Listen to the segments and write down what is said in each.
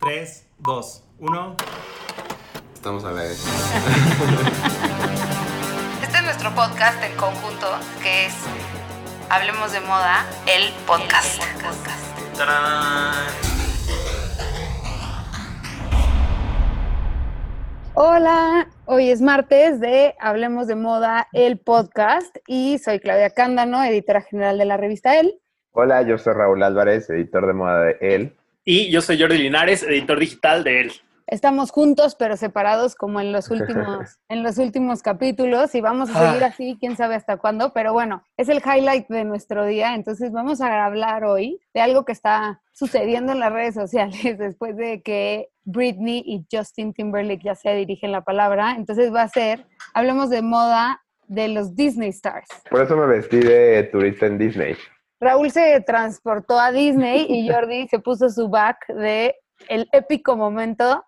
3, 2, 1. Estamos a la vez. Este es nuestro podcast en conjunto, que es Hablemos de Moda, el podcast. Hola, hoy es martes de Hablemos de Moda, el podcast, y soy Claudia Cándano, editora general de la revista El. Hola, yo soy Raúl Álvarez, editor de moda de él. Y yo soy Jordi Linares, editor digital de él. Estamos juntos pero separados como en los últimos, en los últimos capítulos y vamos a seguir así, quién sabe hasta cuándo, pero bueno, es el highlight de nuestro día, entonces vamos a hablar hoy de algo que está sucediendo en las redes sociales después de que Britney y Justin Timberlake ya se dirigen la palabra, entonces va a ser, hablemos de moda de los Disney Stars. Por eso me vestí de turista en Disney. Raúl se transportó a Disney y Jordi se puso su back de el épico momento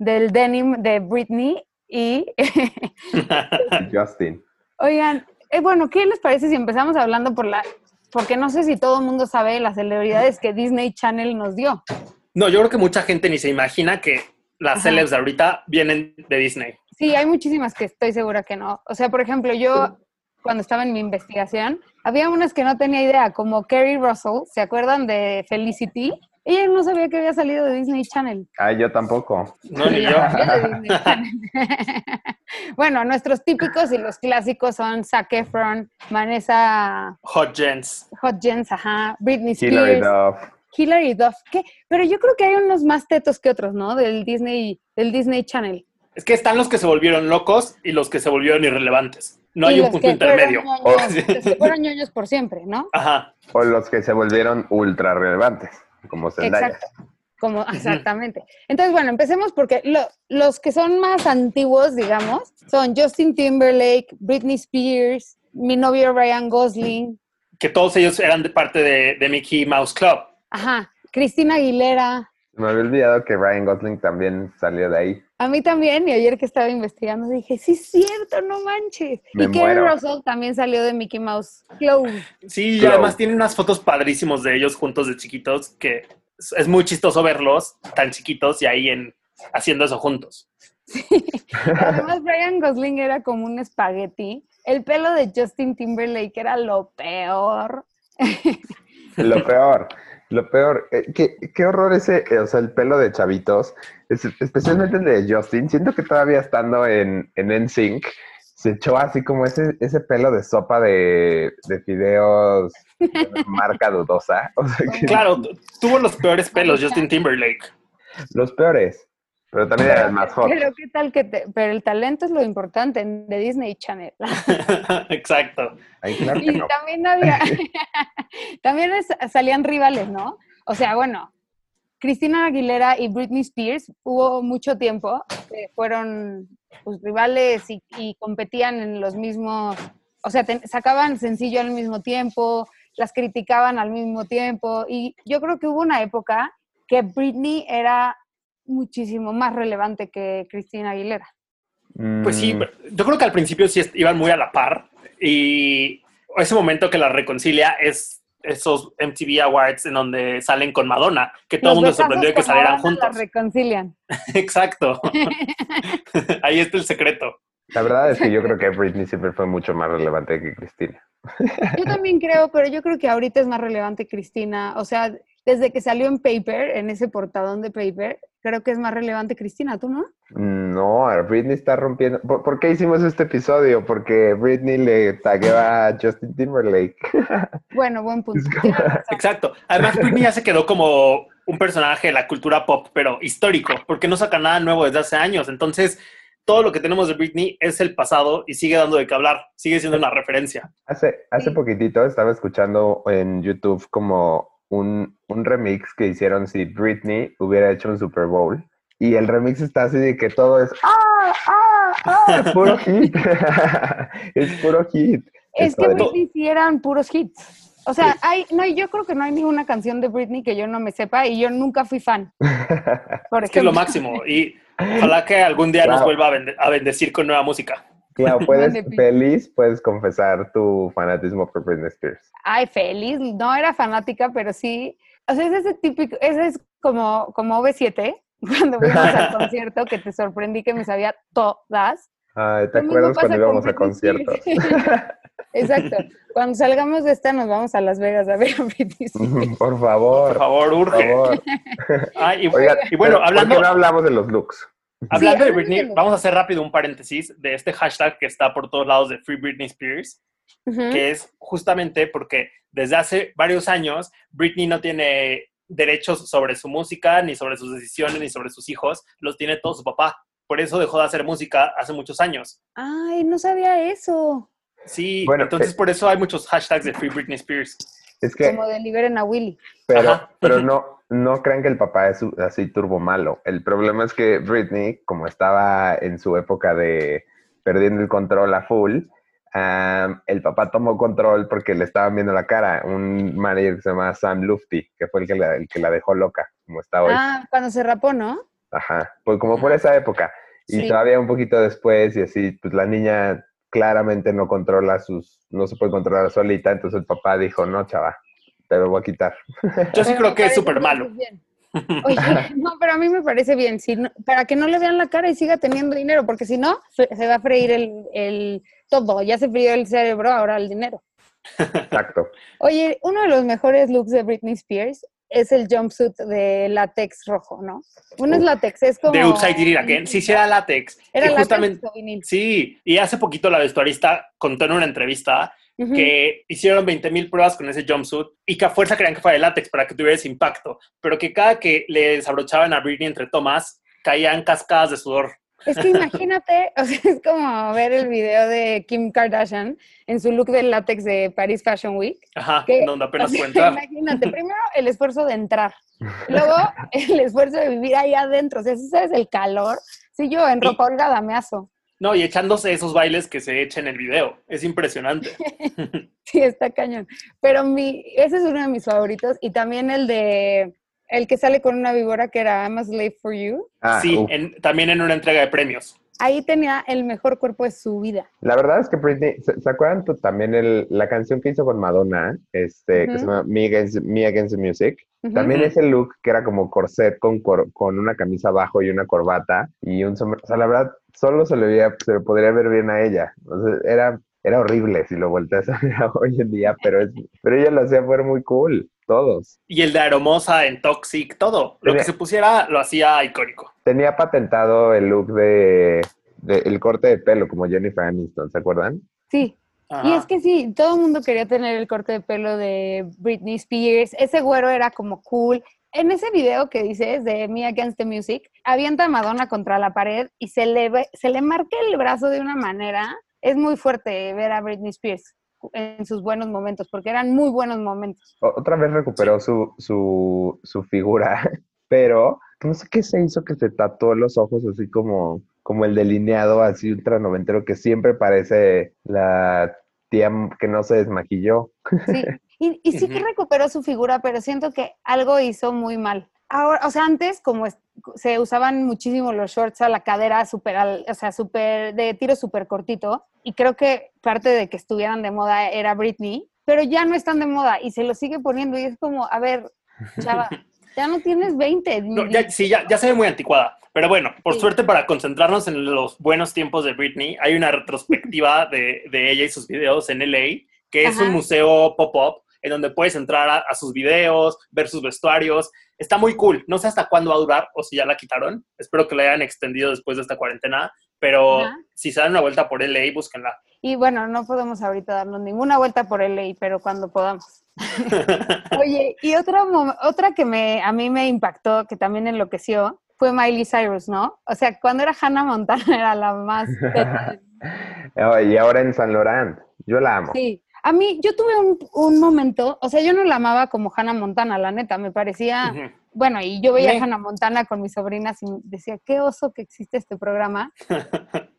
del denim de Britney y Justin. oigan, eh, bueno, ¿qué les parece si empezamos hablando por la porque no sé si todo el mundo sabe las celebridades que Disney Channel nos dio. No, yo creo que mucha gente ni se imagina que las Ajá. celebs de ahorita vienen de Disney. Sí, hay muchísimas que estoy segura que no. O sea, por ejemplo, yo cuando estaba en mi investigación, había unas que no tenía idea, como Kerry Russell, ¿se acuerdan de Felicity? Ella no sabía que había salido de Disney Channel. Ah, yo tampoco. No, ni yo. bueno, nuestros típicos y los clásicos son Zac Efron, Vanessa Hot Gens. Hudgens, ajá, Britney Hillary Spears, Duff. Hilary Duff. ¿qué? Pero yo creo que hay unos más tetos que otros, ¿no? Del Disney, del Disney Channel. Es que están los que se volvieron locos y los que se volvieron irrelevantes. No Y hay un los punto que fueron intermedio. ñoños, Oh. los que fueron ñoños por siempre, ¿no? Ajá. O los que se volvieron ultra relevantes, como Zendaya. Exacto. Como, exactamente. Entonces, bueno, empecemos porque lo- los que son más antiguos, digamos, son Justin Timberlake, Britney Spears, mi novio Ryan Gosling, Que todos ellos eran de parte de, de Mickey Mouse Club. ajá, Cristina Aguilera, Me había olvidado que Ryan Gosling también salió de ahí. a mí también, y ayer que estaba investigando dije, sí, es cierto, no manches. Me y Kerry muero. Russell también salió de Mickey Mouse Club. Sí, y Club. además tienen unas fotos padrísimos de ellos juntos de chiquitos que es- es muy chistoso verlos tan chiquitos y ahí en, haciendo eso juntos. Además, Ryan Gosling era como un espagueti. El pelo de Justin Timberlake era lo peor. Lo peor, lo peor. eh, qué, qué horror ese, eh, o sea, el pelo de chavitos, es- especialmente el de Justin. Siento que todavía estando en, en NSYNC, se echó así como ese, ese pelo de sopa de, de fideos de una marca dudosa. O sea, que Claro, tu- tuvo los peores pelos Justin Timberlake. los peores, pero también era el más hot. Pero qué tal que te- pero el talento es lo importante de Disney Channel. Exacto. Ay, claro que Y no. también había, también es- salían rivales, ¿no? O sea, bueno, Cristina Aguilera y Britney Spears hubo mucho tiempo que fueron pues, rivales y, y competían en los mismos, o sea, ten- sacaban sencillo al mismo tiempo, las criticaban al mismo tiempo y yo creo que hubo una época que Britney era muchísimo más relevante que Cristina Aguilera. Pues sí, Mm, pero yo creo que al principio sí est- iban muy a la par y ese momento que las reconcilia es esos MTV Awards en donde salen con Madonna, que todo el mundo Los se sorprendió de que besazos con salieran Madonna juntos. las reconcilian. Exacto. Ahí está el secreto. La verdad es que yo creo que Britney siempre fue mucho más relevante que Cristina. Yo también creo, pero yo creo que ahorita es más relevante Cristina. O sea, desde que salió en Paper, en ese portadón de Paper, creo que es más relevante Cristina, ¿tú no? No, Britney está rompiendo. ¿Por, por qué hicimos este episodio? Porque Britney le tagueaba a Justin Timberlake. Bueno, buen punto. Tienes razón. Exacto. Además, Britney ya se quedó como un personaje de la cultura pop, pero histórico, porque no saca nada nuevo desde hace años. Entonces, todo lo que tenemos de Britney es el pasado y sigue dando de qué hablar. Sigue siendo una referencia. Hace, hace Sí. poquitito estaba escuchando en YouTube como un, un remix que hicieron si Britney hubiera hecho un Super Bowl. Y el remix está así de que todo es ¡Ah! ¡Ah! ¡Ah! Es puro hit. es puro hit. Es que padre. Britney sí eran puros hits. O sea, hay, no, yo creo que no hay ninguna canción de Britney que yo no me sepa y yo nunca fui fan. Por Es que es lo ejemplo. máximo y ojalá que algún día nos Wow. vuelva a, bende- a bendecir con nueva música. Claro, puedes, Mande, Pi. feliz, puedes confesar tu fanatismo por Britney Spears. Ay, feliz. No era fanática, pero sí o sea, es ese típico, ese es como, como V7, cuando fuimos al concierto, que te sorprendí que me sabía todas. Ay, ¿te Lo mismo acuerdas pasa cuando íbamos a con Britney conciertos? Spears. Exacto. Cuando salgamos de esta, nos vamos a Las Vegas a ver a Britney Spears. Por favor, Por favor, por urge. favor. Ah, y, Oigan, y pero, bueno, ¿por hablando, qué no hablamos de los looks? hablando de hablando Britney, de los- vamos a hacer rápido un paréntesis de este hashtag que está por todos lados de Free Britney Spears, Ujú. que es justamente porque desde hace varios años Britney no tiene derechos sobre su música, ni sobre sus decisiones, ni sobre sus hijos, los tiene todo su papá. Por eso dejó de hacer música hace muchos años. Ay, no sabía eso. Sí, Bueno, entonces eh. por eso hay muchos hashtags de Free Britney Spears. Es que, Como de liberen a Willy. pero, Ajá. pero no, no crean que el papá es así turbo malo. El problema es que Britney, como estaba en su época de perdiendo el control a full, am, el papá tomó control porque le estaban viendo la cara. Un manager que se llama Sam Lufty, que fue el que la, el que la dejó loca, como está hoy. Ah, cuando se rapó, ¿no? Ajá, pues como por esa época. Y Sí. todavía un poquito después, y así, pues la niña claramente no controla sus, no se puede controlar solita, entonces el papá dijo, no, chava, te lo voy a quitar. Yo sí Pero creo me que es parece súper malo. bien. Oye, no, pero a mí me parece bien, si no- para que no le vean la cara y siga teniendo dinero, porque si no, se se va a freír el, el todo, ya se frió el cerebro, ahora el dinero. Exacto. Oye, uno de los mejores looks de Britney Spears es el jumpsuit de látex rojo, ¿no? Uno es Uf. látex, es como... De Upside Did It Again. Sí, sí, era látex. Era Y látex justamente- o vinil. Sí, y hace poquito la vestuarista contó en una entrevista Ujú. que hicieron 20.000 pruebas con ese jumpsuit y que a fuerza creían que fuera de látex para que tuviera ese impacto, pero que cada que les abrochaban a Britney entre tomas, caían cascadas de sudor. Es que imagínate, o sea, es como ver el video de Kim Kardashian en su look de látex de Paris Fashion Week. Ajá, ¿Qué? donde apenas O sea, puede entrar. Imagínate, primero el esfuerzo de entrar, luego el esfuerzo de vivir ahí adentro. O sea, si sabes el calor, si yo en Sí. ropa holgada me aso. No, y echándose esos bailes que se echa en el video. Es impresionante. Sí, está cañón. Pero mi, ese es uno de mis favoritos. Y también el de el que sale con una víbora que era I'm a slave for you. Ah, sí, eh. uf. en- también en una entrega de premios. Ahí tenía el mejor cuerpo de su vida. La verdad es que Britney, ¿se, se acuerdan tú también el- la canción que hizo con Madonna, este, que se Ujú. llama Me Against, Me Against the Music? Ujú. También Ujú. ese look que era como corset con, cor- con una camisa abajo y una corbata y un sombrero. O sea, la verdad, solo se le, veía, se le podría ver bien a ella. O sea, era, era horrible si lo volteas a ver hoy en día, pero, es, pero ella lo hacía ver muy cool, todos. Y el de Aromosa en Toxic, todo. Lo que Tenía- se pusiera lo hacía icónico. Tenía patentado el look de, de- el corte de pelo como Jennifer Aniston, ¿se acuerdan? Sí, Y es Ajá. que sí, todo el mundo quería tener el corte de pelo de Britney Spears. Ese güero era como cool. En ese video que dices de Me Against the Music, avienta a Madonna contra la pared y se le, ve- se le marca el brazo de una manera. Es muy fuerte ver a Britney Spears en sus buenos momentos, porque eran muy buenos momentos. O- otra vez recuperó su, su, su figura, pero no sé qué se hizo que se tatuó los ojos así como, como el delineado así ultra noventero que siempre parece la tía m- que no se desmaquilló. Sí. Y, y sí que Ujú. recuperó su figura, pero siento que algo hizo muy mal. Ahora, o sea, antes como es- se usaban muchísimo los shorts a la cadera súper, al- o sea, súper de tiro súper cortito y creo que parte de que estuvieran de moda era Britney, pero ya no están de moda y se lo sigue poniendo y es como, a ver, chava, ya no tienes 20. ni No, ya, 10. sí, ya, ya se ve muy anticuada. Pero bueno, por Sí. suerte, para concentrarnos en los buenos tiempos de Britney, hay una retrospectiva de, de ella y sus videos en LA, que es Ajá. un museo pop-up en donde puedes entrar a, a sus videos, ver sus vestuarios. Está muy cool. No sé hasta cuándo va a durar o si ya la quitaron. Espero que la hayan extendido después de esta cuarentena. Pero Ajá. si se dan una vuelta por LA, búsquenla. Y bueno, no podemos ahorita darnos ninguna vuelta por el ley, pero cuando podamos. Oye, y otra, mo- otra que me, a mí me impactó, que también enloqueció, fue Miley Cyrus, ¿no? O sea, cuando era Hannah Montana era la más... teta. Ah, y ahora en San Laurent, yo la amo. Sí. A mí, yo tuve un, un momento, o sea, yo no la amaba como Hannah Montana, la neta, me parecía... Ujú. Bueno, y yo veía Me- a Hannah Montana con mis sobrinas y decía, qué oso que existe este programa.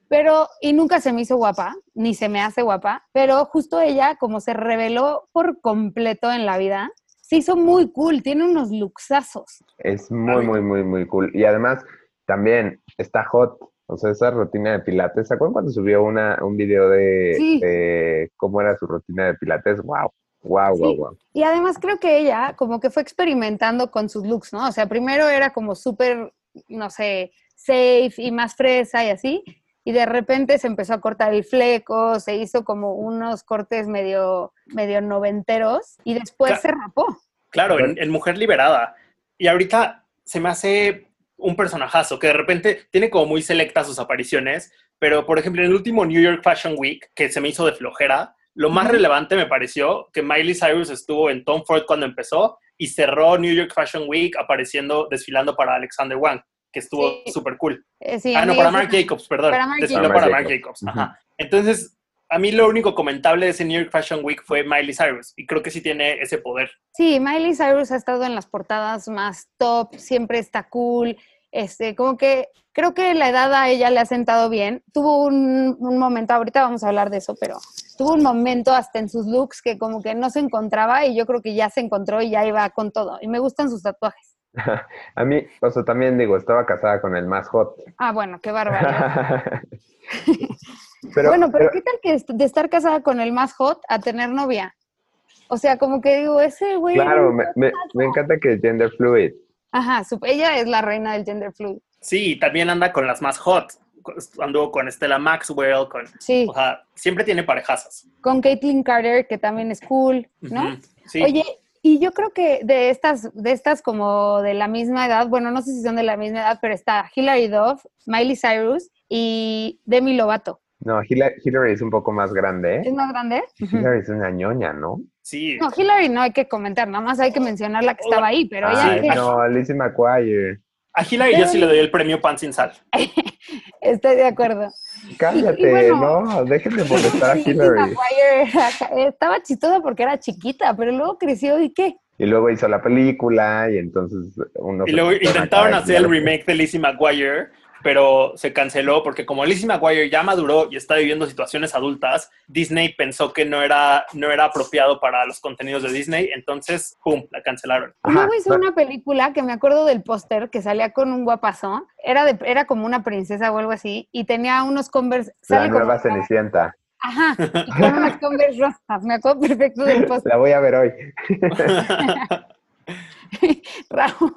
Pero, y nunca se me hizo guapa, ni se me hace guapa, pero justo ella, como se reveló por completo en la vida, se hizo muy cool, tiene unos luxazos. Es muy, muy, muy, muy cool. Y además, también está hot. O sea, esa rutina de pilates. ¿Se acuerdan cuando subió una, un video de, Sí. de cómo era su rutina de pilates? ¡Wow! Wow, wow, Sí. wow. Y además creo que ella como que fue experimentando con sus looks, ¿no? O sea, primero era como súper, no sé, safe y más fresa y así. Y de repente se empezó a cortar el fleco, se hizo como unos cortes medio, medio noventeros y después Ca- se rapó. Claro, en, en Mujer Liberada. Y ahorita se me hace un personajazo que de repente tiene como muy selectas sus apariciones, pero por ejemplo en el último New York Fashion Week, que se me hizo de flojera, lo más Ujú. relevante me pareció que Miley Cyrus estuvo en Tom Ford cuando empezó y cerró New York Fashion Week apareciendo, desfilando para Alexander Wang, que estuvo Sí. súper cool. Eh, sí, a ah, no, mí para esa- Marc Jacobs, perdón. Para Marc Desfiló Jacobs. para Para Marc Marc Jacobs. Ajá. Entonces, a mí lo único comentable de ese New York Fashion Week fue Miley Cyrus y creo que sí tiene ese poder. Sí, Miley Cyrus ha estado en las portadas más top, siempre está cool. Este, como que creo que la edad a ella le ha sentado bien. Tuvo un, un momento, ahorita vamos a hablar de eso, pero tuvo un momento hasta en sus looks que como que no se encontraba y yo creo que ya se encontró y ya iba con todo. Y me gustan sus tatuajes. A mí, o sea, también digo, estaba casada con el más hot. Ah, bueno, qué bárbaro. pero, bueno, pero, pero- ¿qué tal que est- de estar casada con el más hot a tener novia? O sea, como que digo, ese güey... claro, me, me- me encanta que es gender fluid. Ajá, sup- ella es la reina del gender fluid. Sí, y también anda con las más hot. Anduvo con Stella Maxwell, con. Sí. O sea, siempre tiene parejazas. con Caitlyn Carter, que también es cool, ¿no? Ujú, Sí. Oye, y yo creo que de estas, de estas como de la misma edad, bueno, no sé si son de la misma edad, pero está Hilary Duff, Miley Cyrus y Demi Lovato. No, Hila- Hillary es un poco más grande, ¿eh? ¿Es más grande? Ujú. Hillary es una ñoña, ¿no? sí. No, Hilary no hay que comentar, nada más hay que mencionar la que estaba ahí, pero Ah, ella Ay, ¿qué? no, Lizzie McGuire. A Hillary yo sí le doy el premio pan sin sal. estoy de acuerdo. Cállate, bueno- no, déjenme molestar a Lizzie Hillary. McGuire era- estaba chistosa porque era chiquita, pero luego creció y qué. Y luego hizo la película y entonces uno... Y se luego puso a intentaron caer, hacer el claro. remake de Lizzie McGuire, pero se canceló porque como Lizzie McGuire ya maduró y está viviendo situaciones adultas, Disney pensó que no era, no era apropiado para los contenidos de Disney, entonces, ¡pum!, la cancelaron. Ajá, Luego hizo no, una película que me acuerdo del póster que salía con un guapazón. Era, de, era como una princesa o algo así. Y tenía unos Converse. La sale como- nueva Cenicienta. Ajá. Y con unos Converse rosas. Me acuerdo perfecto del póster. La voy a ver hoy. Raúl.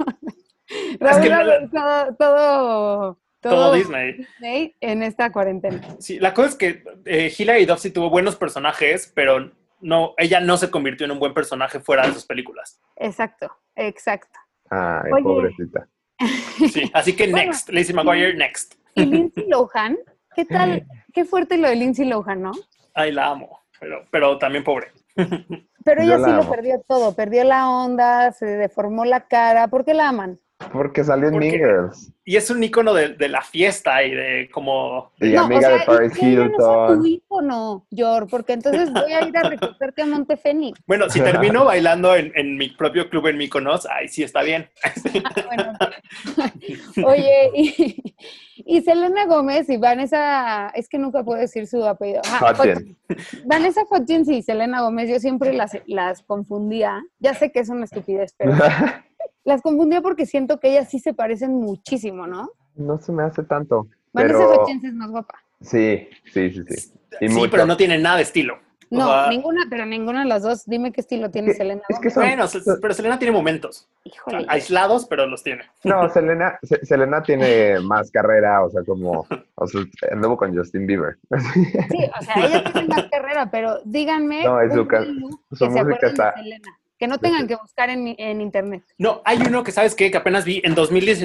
Raúl que ha me la- pensado todo, Todo Disney. Disney en esta cuarentena. Sí, la cosa es que eh, Hilary Duff sí tuvo buenos personajes, pero no, ella no se convirtió en un buen personaje fuera de sus películas. Exacto, exacto. Ay, Oye. pobrecita. Sí, así que Bueno. next, Lizzie McGuire, next. Y Lindsay Lohan, ¿qué tal? Qué fuerte lo de Lindsay Lohan, ¿no? Ay, la amo, pero, pero también pobre. Pero ella Yo la sí lo amo. perdió todo. Perdió la onda, se deformó la cara. ¿Por qué la aman? Porque salió en ¿Por Mean qué? Girls. Y es un icono de, de la fiesta y de como... Y No, o amiga sea, de Paris y que ella No sea tu Hilton. ícono, George, porque entonces voy a ir a recortarte a Montefénix. Bueno, si termino bailando en, en mi propio club en Mykonos, ahí sí está bien. Ah, bueno. Oye, y, y Selena Gómez y Vanessa, es que nunca puedo decir su apellido. Ah, Hudgens. Hudgens. Vanessa Hudgens y Selena Gómez, yo siempre las, las confundía. Ya sé que es una estupidez, pero las confundía porque siento que ellas sí se parecen muchísimo, ¿no? no se me hace tanto. Vanessa Pero Hudgens es más guapa. sí, sí, sí, sí. Y sí, mucho. pero no tiene nada de estilo. O No, sea, ninguna, pero ninguna de las dos. Dime qué estilo tiene Es que- Selena es que Gómez. son- Bueno, se- pero Selena tiene momentos. Híjole. Aislados, pero los tiene. No, Selena, Se- Selena tiene más carrera, o sea, como, o sea, anduvo con Justin Bieber. Sí, o sea, ella tiene más carrera, pero díganme No, es un su ca- buen look que su se música acuerden está- Este, de Selena, que no tengan que buscar en, en internet. No, hay uno que sabes qué? que apenas vi en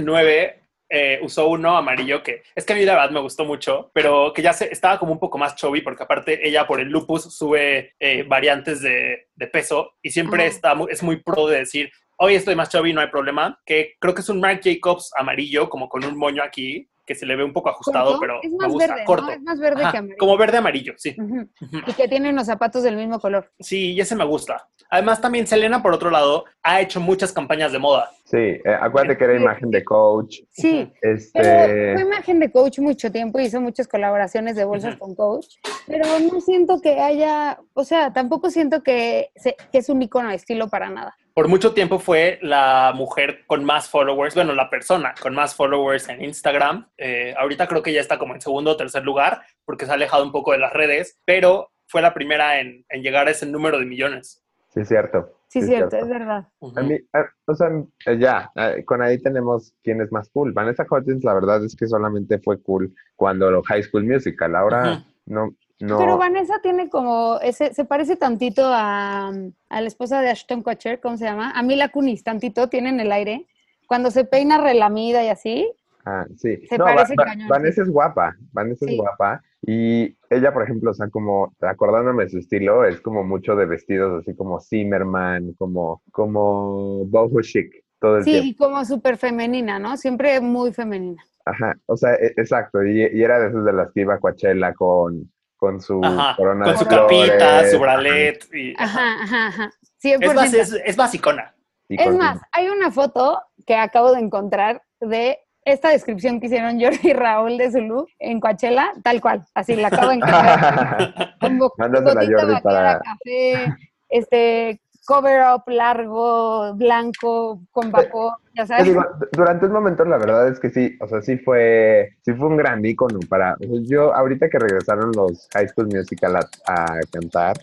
2019. eh, usó uno amarillo que es que a mí la verdad me gustó mucho, pero que ya se, estaba como un poco más chubby porque aparte ella por el lupus sube eh, variantes de, de peso y siempre Ajá. está mu- es muy pro de decir hoy estoy más chubby, no hay problema, que creo que es un Marc Jacobs amarillo como con un moño aquí que se le ve un poco ajustado, Corto, pero es me más gusta, verde, ¿no? corto. Es más verde Ajá, que amarillo. Como verde amarillo, sí. Ujú. Ujú. Y que tienen los zapatos del mismo color. Sí, y ese me gusta. Además también Selena, por otro lado, ha hecho muchas campañas de moda. Sí, eh, acuérdate que era imagen de coach. Sí, pero fue Este, imagen de coach mucho tiempo, hizo muchas colaboraciones de bolsas Ujú. con coach, pero no siento que haya, o sea, tampoco siento que, se- que es un icono de estilo para nada. por mucho tiempo fue la mujer con más followers, bueno, la persona con más followers en Instagram. Eh, ahorita creo que ya está como en segundo o tercer lugar porque se ha alejado un poco de las redes, pero fue la primera en, en llegar a ese número de millones. sí, Sí, es cierto. sí Sí, es cierto, cierto. es verdad. Ujú. A mí, a- o sea, eh, ya, eh, con ahí tenemos quién es más cool. Vanessa Hudgens, la verdad es que solamente fue cool cuando lo High School Musical. Ahora Ujú. no, no. Pero Vanessa tiene como, ese, se parece tantito a, a la esposa de Ashton Kutcher, ¿cómo se llama? A Mila Kunis, tantito, tienen el aire. Cuando se peina relamida y así, Ah, sí. Se No, parece Va- Va- cañón, Vanessa es guapa. Vanessa Sí. es guapa. Y ella, por ejemplo, o sea, como acordándome de su estilo, es como mucho de vestidos así como Zimmerman, como, como boho chic todo el sí, tiempo. y como súper femenina, ¿no? Siempre muy femenina. Ajá. O sea, e- exacto. Y, y era de esos de las que iba Coachella con, con su Ajá, corona Con de su flores, capita, su ajá, bralet. y- Ajá, ajá, ajá. Es, 100%. bas- es, es basicona. y Es con- más, hay una foto que acabo de encontrar de esta descripción que hicieron Jordi y Raúl de su look en Coachella, tal cual, así la acabo de encontrar. Con bo- Mándasela, botita Jordi, vaquera, para- café, este cover up largo, blanco, con vapor, ya Te sabes. digo, du- durante un momento la verdad es que sí, o sea, sí fue, sí fue un gran ícono para, o sea, yo ahorita que regresaron los High School Musical a, a cantar,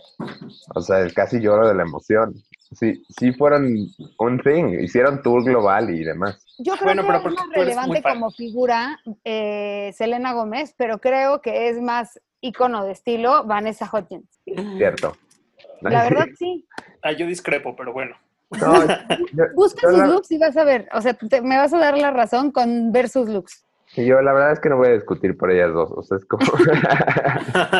o sea, casi lloro de la emoción. Sí, sí fueron un thing, hicieron tour global y demás. Yo creo Bueno, que pero es porque más tú eres muy relevante fan. como figura eh, Selena Gómez, pero creo que es más icono de estilo Vanessa Hudgens. Cierto. La verdad, sí. Ah, yo discrepo, pero bueno. No, yo, Busca yo sus la- looks y vas a ver. O sea, te- me vas a dar la razón con ver sus looks. y yo la verdad es que no voy a discutir por ellas dos, o sea, es como...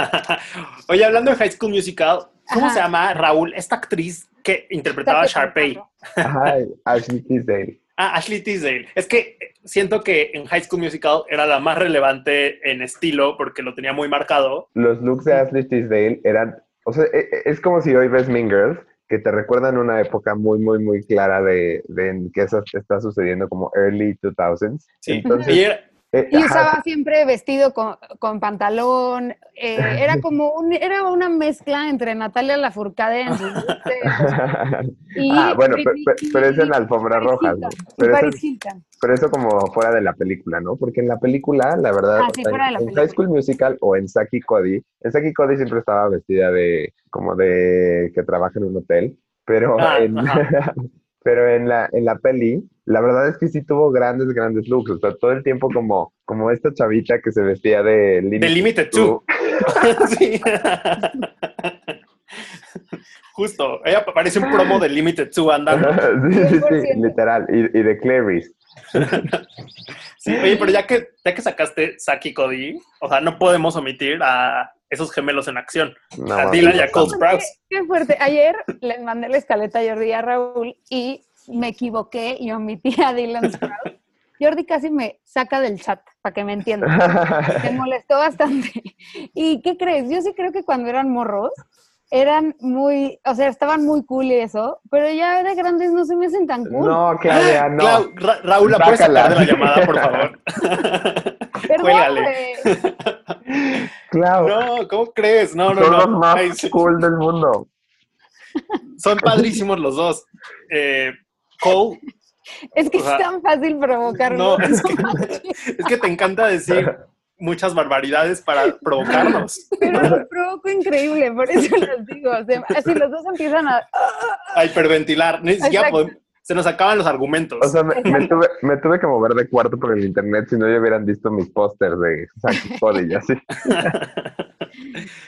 Oye, hablando de High School Musical, ¿cómo Ajá. se llama Raúl, esta actriz que interpretaba a Está Sharpay? perfecto. Ay, Ashley Tisdale. Ah, Ashley Tisdale. Es que siento que en High School Musical era la más relevante en estilo porque lo tenía muy marcado. los looks de Ashley Tisdale eran, o sea, e- e- es como si hoy ves Mean Girls, que te recuerdan una época muy, muy, muy clara de, de en que eso está sucediendo como early 2000s. Sí. Entonces, Y era- eh, Y ajá, usaba siempre vestido con, con pantalón. eh, era como un, era una mezcla entre Natalia Lafourcade en sus looks de- y ah, bueno, pero, Britney pero- pero es en la alfombra Paris roja, ¿no? Hilton, y pero, eso, Paris Hilton. pero eso como fuera de la película, ¿no? Porque en la película, la verdad, Ah, o sí, sea, fuera de la en High película. School Musical o en Saki Cody, en Saki Cody siempre estaba vestida de como de que trabaja en un hotel, pero Ah, en, ajá. pero en la en la peli, la verdad es que sí tuvo grandes grandes looks, o sea, todo el tiempo como como esta chavita que se vestía de The Limited Two. Sí. Justo. Ella parece un promo de Limited Two andando. sí, sí, sí, 100%. literal, y, y de Clarice. Sí, oye, pero ya que, ya que sacaste Saki y Cody, o sea, no podemos omitir a esos gemelos en acción. No, a Dylan y a no, Cole Sprouse. Qué fuerte. Ayer le mandé la escaleta a Jordi y a Raúl y me equivoqué y omití a Dylan Sprouse. Jordi casi me saca del chat para que me entienda. me molestó bastante. ¿Y qué crees? Yo sí creo que cuando eran morros eran muy, o sea, estaban muy cool y eso, pero ya de grandes no se me hacen tan cool. no, Claudia, no. Clau- Ra- Raúl, ¿la puedes Sácala. sacar de la llamada, por favor? Perdón, cuélgale. güey. Clau. No, ¿cómo crees? No, no, son los no. más Ay, sí. cool del mundo. Son padrísimos los dos. Eh, Cole, es que O sea, es tan fácil provocarlo. no, es que, es que te encanta decir muchas barbaridades para provocarnos. Pero lo provoco increíble, por eso les digo. o sea, así los dos empiezan a... A hiperventilar. Ni siquiera Exacto. podemos- se nos acaban los argumentos. O sea, me, me tuve, me tuve que mover de cuarto por el internet si no ya hubieran visto mis pósters de Saki Cody y así.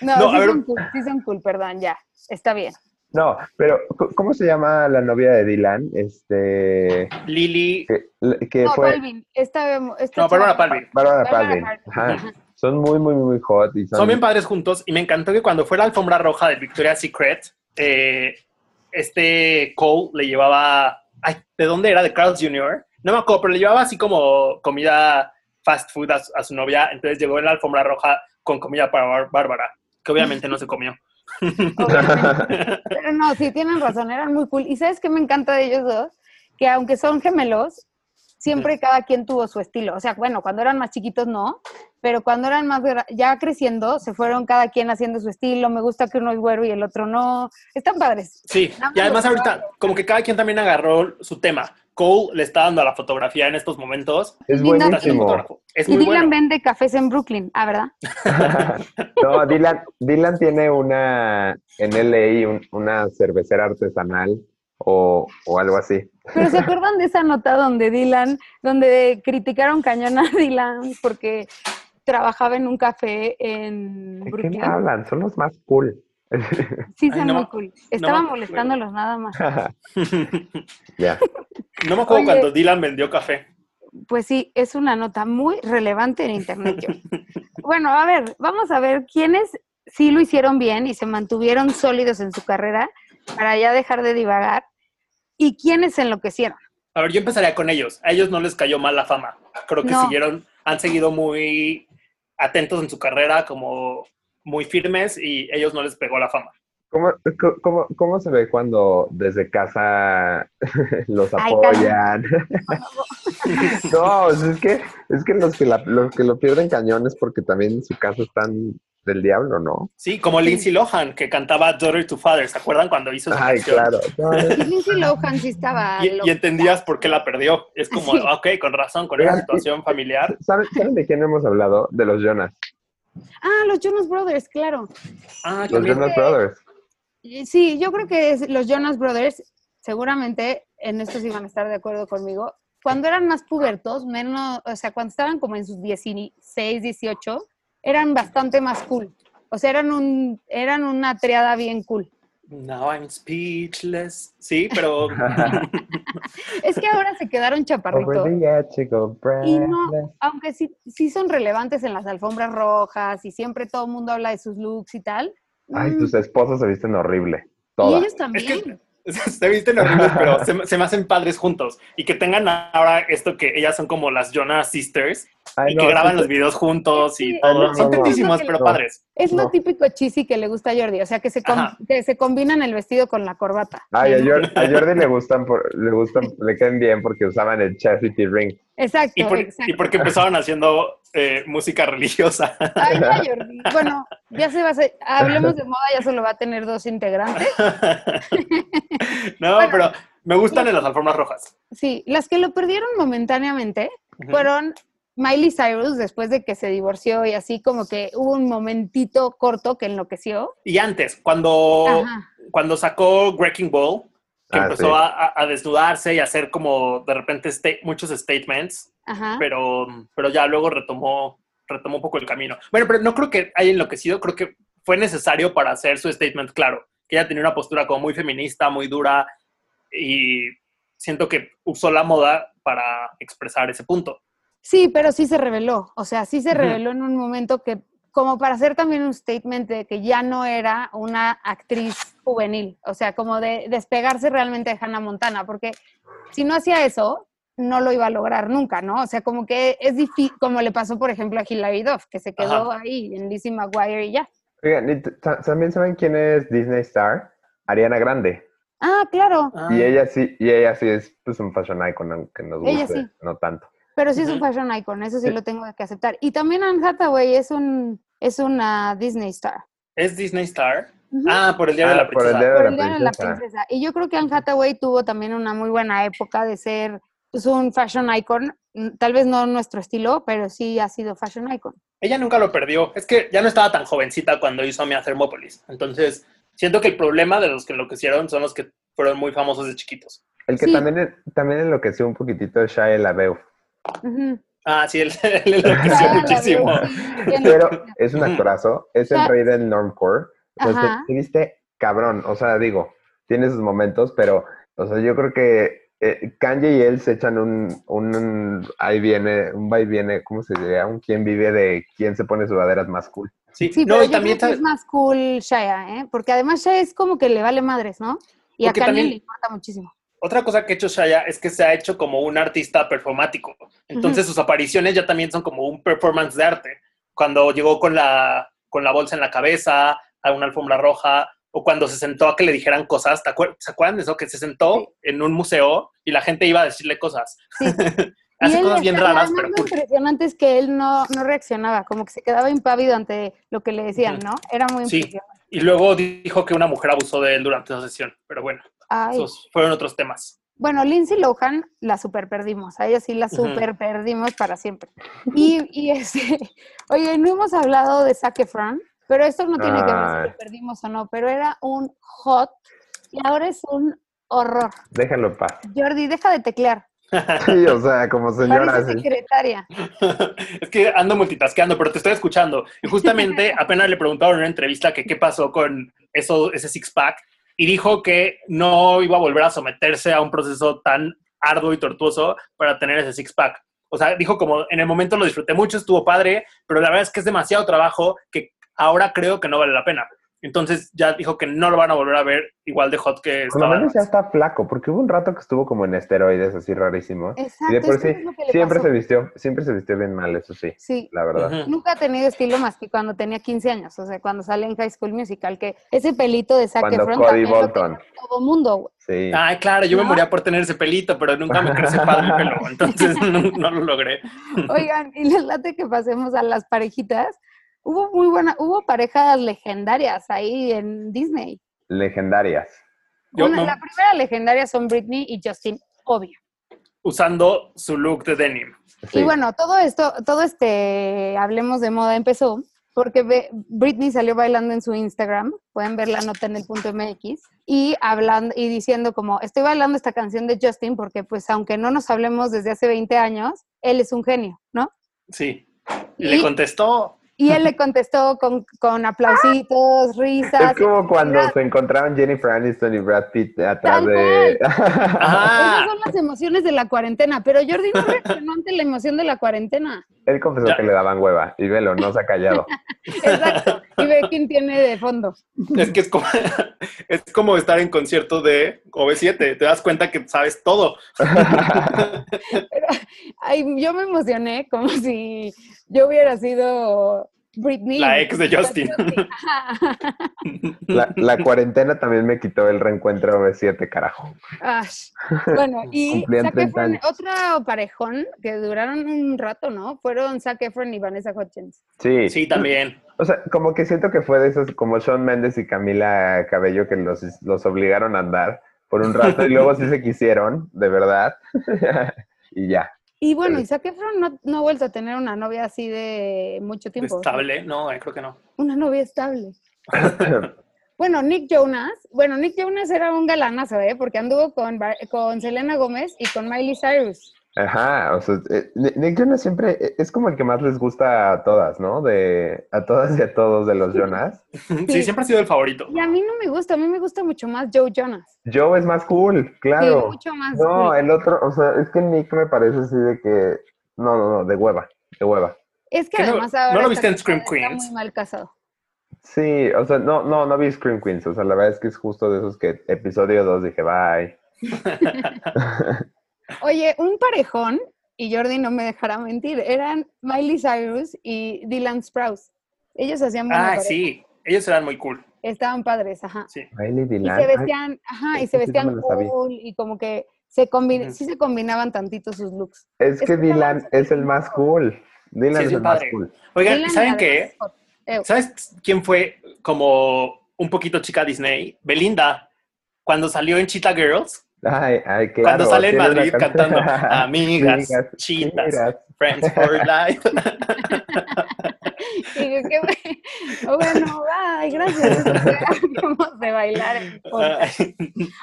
No, No, sí, a ver. son cool, sí son cool, perdón, ya. Está bien. No, pero c- ¿cómo se llama la novia de Dylan? Este, Lily. que, que No, Eh, fue Palvin, esta... esta No, Bárbara chava- Palvin. Bárbara Bárbara Palvin. Palvin. Ajá. Son muy, muy, muy hot y son, Son bien padres juntos y me encantó que cuando fue la alfombra roja de Victoria's Secret, eh, este Cole le llevaba, ay, ¿de dónde era? De Carl's Jr. No me acuerdo, pero le llevaba así como comida fast food a, su- a su novia, entonces llegó en la alfombra roja con comida para Bar- Bárbara, que obviamente no se comió. Obviamente. Pero no, sí, tienen razón, eran muy cool. ¿Y sabes qué me encanta de ellos dos? Que aunque son gemelos, siempre cada quien tuvo su estilo. O sea, bueno, cuando eran más chiquitos no, pero cuando eran más gra- ya creciendo, se fueron cada quien haciendo su estilo. Me gusta que uno es güero y el otro no. Están padres. Sí, Nada más y los además ahorita, como que cada quien también agarró su tema. Cole le está dando a la fotografía en estos momentos. Es Linda. Está siendo buenísimo. un fotógrafo. Es Y muy Dylan bueno. vende cafés en Brooklyn, ah, ¿verdad? no, Dylan, Dylan tiene una en LA un- una cervecera artesanal o, o algo así. Pero ¿se acuerdan de esa nota donde Dylan, donde criticaron cañón a Dylan porque trabajaba en un café en ¿De qué me Brooklyn? hablan? Son los más cool. Sí, Ay, son no muy me- cool. me Estaba acuerdo. molestándolos nada más. ya. No me acuerdo Oye. cuando Dylan vendió café. Pues sí, es una nota muy relevante en Internet. yo. bueno, a ver, vamos a ver quiénes sí lo hicieron bien y se mantuvieron sólidos en su carrera para ya dejar de divagar y quiénes se enloquecieron. A ver, yo empezaría con ellos. A ellos no les cayó mal la fama. Creo que No. siguieron, han seguido muy atentos en su carrera, como muy firmes y ellos no les pegó la fama. ¿Cómo, co- cómo, cómo se ve cuando desde casa los Ay, apoyan? no, o sea, es que, es que los que, la- los que lo pierden cañón es porque también en su casa están del diablo, ¿no? Sí, como Lindsay Lohan, que cantaba Daughter to Father. ¿Se acuerdan cuando hizo esa Ay, canción? claro. No, Y Lindsay Lohan sí estaba Y, y loca. entendías por qué la perdió. Es como, Ah, Sí. ok, con razón, con Oigan, esa situación familiar. ¿Saben, saben de quién hemos hablado? De los Jonas. Ah, los Jonas Brothers, claro. Ah, Los también. Jonas Brothers. Y Sí, yo creo que es- los Jonas Brothers seguramente en esto sí van a estar de acuerdo conmigo. Cuando eran más pubertos, menos, o sea, cuando estaban como en sus 16, 18, eran bastante más cool. O sea, eran un eran una triada bien cool. Now I'm speechless. Sí, pero Es que ahora se Oh, quedaron pues Over chaparritos. the edge you go, Y no- breathless. Aunque sí, sí son relevantes en las alfombras rojas y siempre todo el mundo habla de sus looks y tal. Ay, Mm, tus esposas se visten horrible. y Todas. ellos es también. que se visten horribles, pero se, me- se me hacen padres juntos. Y que tengan ahora esto que ellas son como las Jonas Sisters Ay, y no, que graban sí, los videos juntos y Sí, no, todo. son no, no. tontísimos, pero No. padres. Es lo No. típico chisi que le gusta a Jordi, o sea, que se, com- Ajá. que se combinan el vestido con la corbata. Ay, a ¿no? Jordi, a Jordi le gustan, por- le gustan, le caen bien porque usaban el chastity ring. Exacto, Y, por- exacto. y porque empezaron haciendo eh, música religiosa. Ay, ya, Jordi. Bueno, ya se va a hacer- hablemos de moda, ya solo va a tener dos integrantes. no, Bueno. pero me gustan en las alfombras rojas. Sí, las que lo perdieron momentáneamente fueron Miley Cyrus después de que se divorció y así como que hubo un momentito corto que enloqueció. Y antes, cuando, Ajá. cuando sacó Wrecking Ball, que Ah, empezó sí. a, a- a desnudarse y a hacer como de repente sta- muchos statements, Ajá. pero, pero ya luego retomó, retomó un poco el camino. Bueno, pero no creo que haya enloquecido, creo que fue necesario para hacer su statement claro, que ella tenía una postura como muy feminista, muy dura, y siento que usó la moda para expresar ese punto. Sí, pero sí se reveló. O sea, sí se Ujú. reveló en un momento que, como para hacer también un statement de que ya no era una actriz juvenil. O sea, como de despegarse realmente de Hannah Montana, porque si no hacía eso, no lo iba a lograr nunca, ¿no? O sea, como que es difícil, como le pasó, por ejemplo, a Hilary Duff, que se quedó ahí en Lizzie McGuire y ya. Oigan, ¿y t- ta- también saben quién es Disney Star? Ariana Grande. Ah, claro. Y ella sí, y ella sí es pues un fashion icon, aunque nos Ella guste, sí. no tanto. Pero sí es un Ujú. fashion icon, eso sí Sí. lo tengo que aceptar. Y también Anne Hathaway es un es una Disney star. ¿Es Disney Star? Ujú. Ah, por el Día de Ah, la por el Princesa. Día de- Pero la el Día de la princesa. princesa. Y yo creo que Anne Hathaway tuvo también una muy buena época de ser pues, un fashion icon. Mm, Tal vez no nuestro estilo, pero sí ha sido fashion icon. Ella nunca lo perdió. Es que ya no estaba tan jovencita cuando hizo Mia Thermopolis. Entonces, siento que el problema de los que enloquecieron son los que fueron muy famosos de chiquitos. El que Sí. también, es- también enloqueció un poquitito es Shia LaBeouf. Ujú. Ah, sí, él, él enloqueció Ah, la muchísimo. veo, sí, bien Pero loca. es un actorazo, es el Sa- rey del normcore. O pues, sea, Ajá. eh, se- se viste cabrón, o sea, digo, tiene sus momentos, pero, o sea, yo creo que eh, Kanye y él se echan un, un, un ahí viene, un va y viene, ¿cómo se diría? Un quién vive de quién se pone sudaderas más cool. Sí, Sí, no, pero y yo también, creo que ¿sabes? es más cool Shaya, ¿eh? Porque además Shaya es como que le vale madres, ¿no? Y Porque a Kanye también- le importa muchísimo. otra cosa que ha hecho Shaya es que se ha hecho como un artista performático. Entonces, sus apariciones ya también son como un performance de arte. Cuando llegó con la, con la bolsa en la cabeza, a una alfombra roja, o cuando se sentó a que le dijeran cosas. ¿te acuer- ¿Se acuerdan de eso? Que se sentó en un museo y la gente iba a decirle cosas. Sí. Hace él cosas bien estaba- raras, además, pero pues lo cool. impresionante es que él no, no reaccionaba, como que se quedaba impávido ante lo que le decían, Ujú. ¿no? Era muy Sí. impresionante. Y luego dijo que una mujer abusó de él durante esa sesión. Pero bueno, Ay. esos fueron otros temas. Bueno, Lindsay Lohan la super perdimos, a ella sí la Ujú. super perdimos para siempre. Y, y este, oye, no hemos hablado de Zac Efron, pero esto no tiene que ver si Ay. lo perdimos o no, pero era un hot y ahora es un horror. Déjalo en paz. Jordi, deja de teclear, Sí, o sea, como señora, parece sí. secretaria. es que ando multitasqueando, pero te estoy escuchando. Y justamente apenas le preguntaron en una entrevista que qué pasó con eso, ese six-pack. Y dijo que no iba a volver a someterse a un proceso tan arduo y tortuoso para tener ese six-pack. O sea, dijo como en el momento lo disfruté mucho, estuvo padre, pero la verdad es que es demasiado trabajo que ahora creo que no vale la pena. Entonces ya dijo que no lo van a volver a ver igual de hot que Por lo estaba. menos ya antes. está flaco, porque hubo un rato que estuvo como en esteroides, así rarísimo. Exacto, y de por es que sí, eso es lo que le siempre pasó. se vistió, siempre se vistió bien mal, eso sí, Sí, la verdad. Ujú. nunca ha tenido estilo más que cuando tenía 15 años, o sea, cuando sale en High School Musical, que ese pelito de Zac Cuando Efron Cody también lo Ah. Bolton, tenía todo mundo, güey. sí. Ay, claro, yo me ¿No? moría por tener ese pelito, pero nunca me creció padre el pelo, entonces no, no lo logré. Oigan, y les late que pasemos a las parejitas. Hubo muy buena, hubo parejas legendarias ahí en Disney. Legendarias. Yo Una- me- La primera legendaria son Britney y Justin, obvio. Usando su look de denim. Sí. Y bueno, todo esto, todo este, hablemos de moda, empezó porque ve- Britney salió bailando en su Instagram, pueden ver la nota en el punto MX, y hablando y diciendo como, estoy bailando esta canción de Justin porque pues aunque no nos hablemos desde hace 20 años, él es un genio, ¿no? Sí. Y le Y- contestó. Y él le contestó con, con aplausitos, risas. Es como cuando felicidad. se encontraron Jennifer Aniston y Brad Pitt atrás Tal de... Ah, Esas son las emociones de la cuarentena, pero Jordi no reaccionó ante la emoción de la cuarentena. Él confesó Ya. que le daban hueva y velo, no se ha callado. Exacto. Y ve quién tiene de fondo. es que es como, es como estar en concierto de OV7. Te das cuenta que sabes todo. Ay, yo me emocioné como si yo hubiera sido Britney. La ex de Justin. La, la cuarentena también me quitó el reencuentro de 7 carajo. Ash. Bueno, y Cumplían Zac 30 Efron, años. otra parejón que duraron un rato, ¿no? Fueron Zac Efron y Vanessa Hudgens. Sí. Sí, también. O sea, como que siento que fue de esos, como Sean Méndez y Camila Cabello, que los, los obligaron a andar por un rato y luego sí se quisieron, de verdad. y ya. Y bueno, y Zac Efron no, no ha vuelto a tener una novia así de mucho tiempo. o sea, Estable. Pues, No, eh, creo que no. Una novia estable. Bueno, Nick Jonas, bueno, Nick Jonas era un galanazo, ¿eh? Porque anduvo con, Ba- con Selena Gómez y con Miley Cyrus. Ajá, o sea, eh, Nick Nick Jonas siempre eh, es como el que más les gusta a todas, ¿no? De a todas y a todos de los Jonas. Sí, siempre ha sido el favorito. Y a mí no me gusta, a mí me gusta mucho más Joe Jonas. Joe es más cool, Sí, claro. mucho más. No, cool. el otro, o sea, es que Nick me parece así de que. No, no, no, de hueva, de hueva. Es que ¿Qué no- además no ahora lo está viste en casado, Scream está Queens? muy mal casado. Sí, o sea, no, no, no vi Scream Queens, o sea, la verdad es que es justo de esos que episodio 2 dije, bye. Oye, un parejón, y Jordi no me dejará mentir, eran Miley Cyrus y Dylan Sprouse. Ellos hacían buena Ah, pareja. sí. Ellos eran muy cool. Estaban padres, ajá. Sí. Miley Y Dylan. se ay, vestían, ajá, este y esa sí no se me vestían la sabía. cool y como que se combi- Ujú. sí se combinaban tantito sus looks. es es que que Dylan Dylan es el más cool. Dylan Sí, es es el un más padre. cool. Oigan, ¿y Dylan ¿saben y qué? además- Eh, ¿Sabes quién fue como un poquito chica Disney? Belinda, cuando salió en Cheetah Girls, Ay, ay, claro. cuando sale en tiene una Madrid can- cantando Amigas, Amigas, Cheetahs, Cheetahs. Friends for Life. Y yo, qué bueno. Oh, bueno, bye, gracias. O sea, Vamos de bailar. en podcast.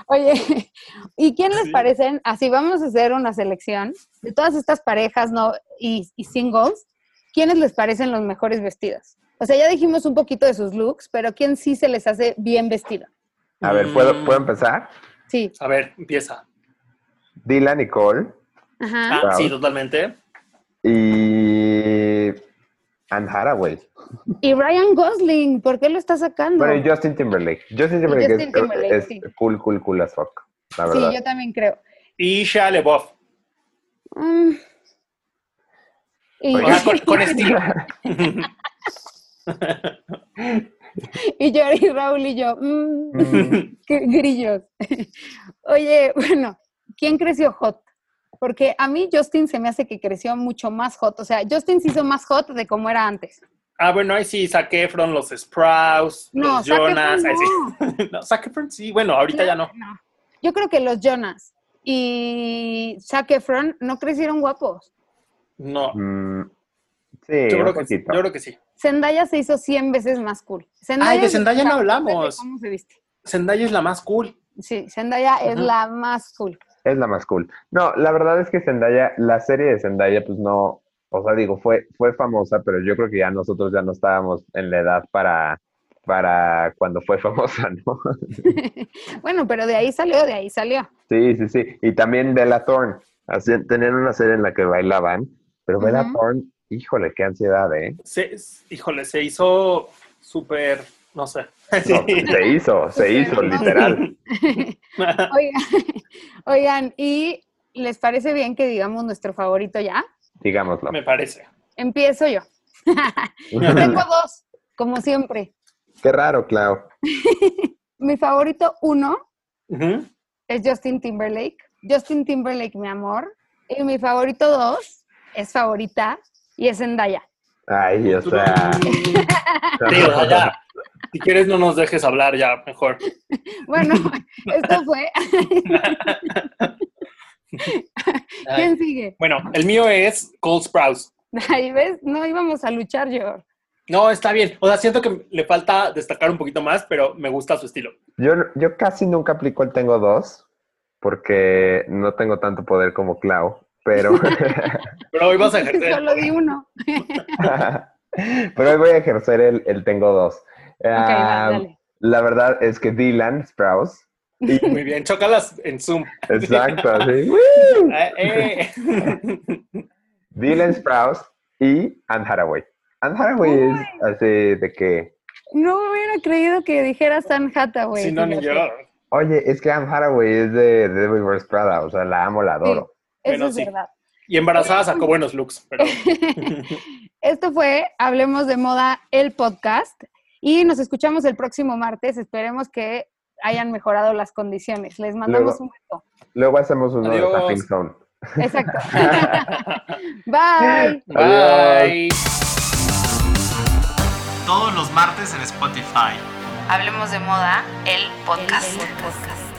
Oye, ¿y quién les Ah. Sí. parecen? Así vamos a hacer una selección de todas estas parejas no y, y singles. ¿Quiénes les parecen los mejores vestidos? O sea, ya dijimos un poquito de sus looks, pero ¿quién sí se les hace bien vestido? A ver, ¿puedo, Mm. ¿puedo empezar? Sí, A ver, empieza. Dylan y Cole ajá. Ah, sí, totalmente. y Anne Haraway. Y Ryan Gosling, ¿por qué lo está sacando? Bueno, y Justin Timberlake. Justin Timberlake, Justin es, Timberlake, es sí. cool, cool, cool as fuck. La sí, verdad. yo también creo. Y Shia LaBeouf. Mm. Y O Oye, sea, con, con estilo. Y yo, y Raúl y yo, mm, Mm, qué grillos. Oye, bueno, ¿quién creció hot? Porque a mí Justin se me hace que creció mucho más hot. O sea, Justin se hizo más hot de como era antes. Ah, bueno, ahí sí, Zac Efron, los Sprouts, No, los Zac Efron Jonas. ahí sí. no, Zac Efron sí, bueno, ahorita ya no. Yo creo que los Jonas y Zac Efron no crecieron guapos. No, Mm, sí, yo, un creo que, sí, poquito. yo creo que sí. Zendaya se hizo 100 veces más cool. Zendaya Ay, de Zendaya no desde hablamos. ¿Cómo se viste? Zendaya es la más cool. Sí, Zendaya es Ujú. la más cool. Es la más cool. No, la verdad es que Zendaya, la serie de Zendaya, pues no, o sea, digo, fue, fue famosa, pero yo creo que ya nosotros ya no estábamos en la edad para, para cuando fue famosa, ¿no? Bueno, pero de ahí salió, de ahí salió. Sí, sí, sí. Y también Bella Thorne. Hacían, tenían una serie en la que bailaban, pero Bella Ujú. Thorne, híjole, qué ansiedad, ¿eh? Se, híjole, se hizo súper, no sé. No, pues, se hizo, se hizo, Sí. literal. Oigan, oigan, ¿y les parece bien que digamos nuestro favorito ya? Digámoslo. Me parece. Empiezo yo. Tengo dos, como siempre. Qué raro, Clau. Mi favorito uno Ujú. es Justin Timberlake. Justin Timberlake, mi amor. Y mi favorito dos es favorita y es Zendaya. Ay, o sea. Digo, ya. Si quieres, no nos dejes hablar ya, mejor. Bueno, esto fue. ¿Quién sigue? Bueno, el mío es Cold Sprouse. Ahí ves, no íbamos a luchar, yo. No, está bien. O sea, siento que le falta destacar un poquito más, pero me gusta su estilo. Yo, yo casi nunca aplico el tengo dos, porque no tengo tanto poder como Clau, pero, Pero hoy vas a Es que ejercer. solo di uno. pero hoy voy a ejercer el, el tengo dos. Ok, Ah, va, dale. La verdad es que Dylan Sprouse, Muy bien, chócalas en Zoom. exacto, así, ¡woo! Eh, eh. Dylan Sprouse y Anne Hathaway. Anne Hathaway es así de que, No hubiera creído que dijeras San Hathaway. Si no, ni yo. fíjate. oye, es que Anne Hathaway es de, de Devil Wears Prada, o sea, la amo, la adoro. Eso Bueno, es sí. verdad. Y embarazada sacó buenos looks, pero Esto fue Hablemos de Moda, el podcast. Y nos escuchamos el próximo martes. Esperemos que hayan mejorado las condiciones. Les mandamos Luego. un beso. Luego hacemos uno Adiós. de Tapping Zone. Exacto. Bye. bye. Todos los martes en Spotify. Hablemos de moda, el podcast. El podcast.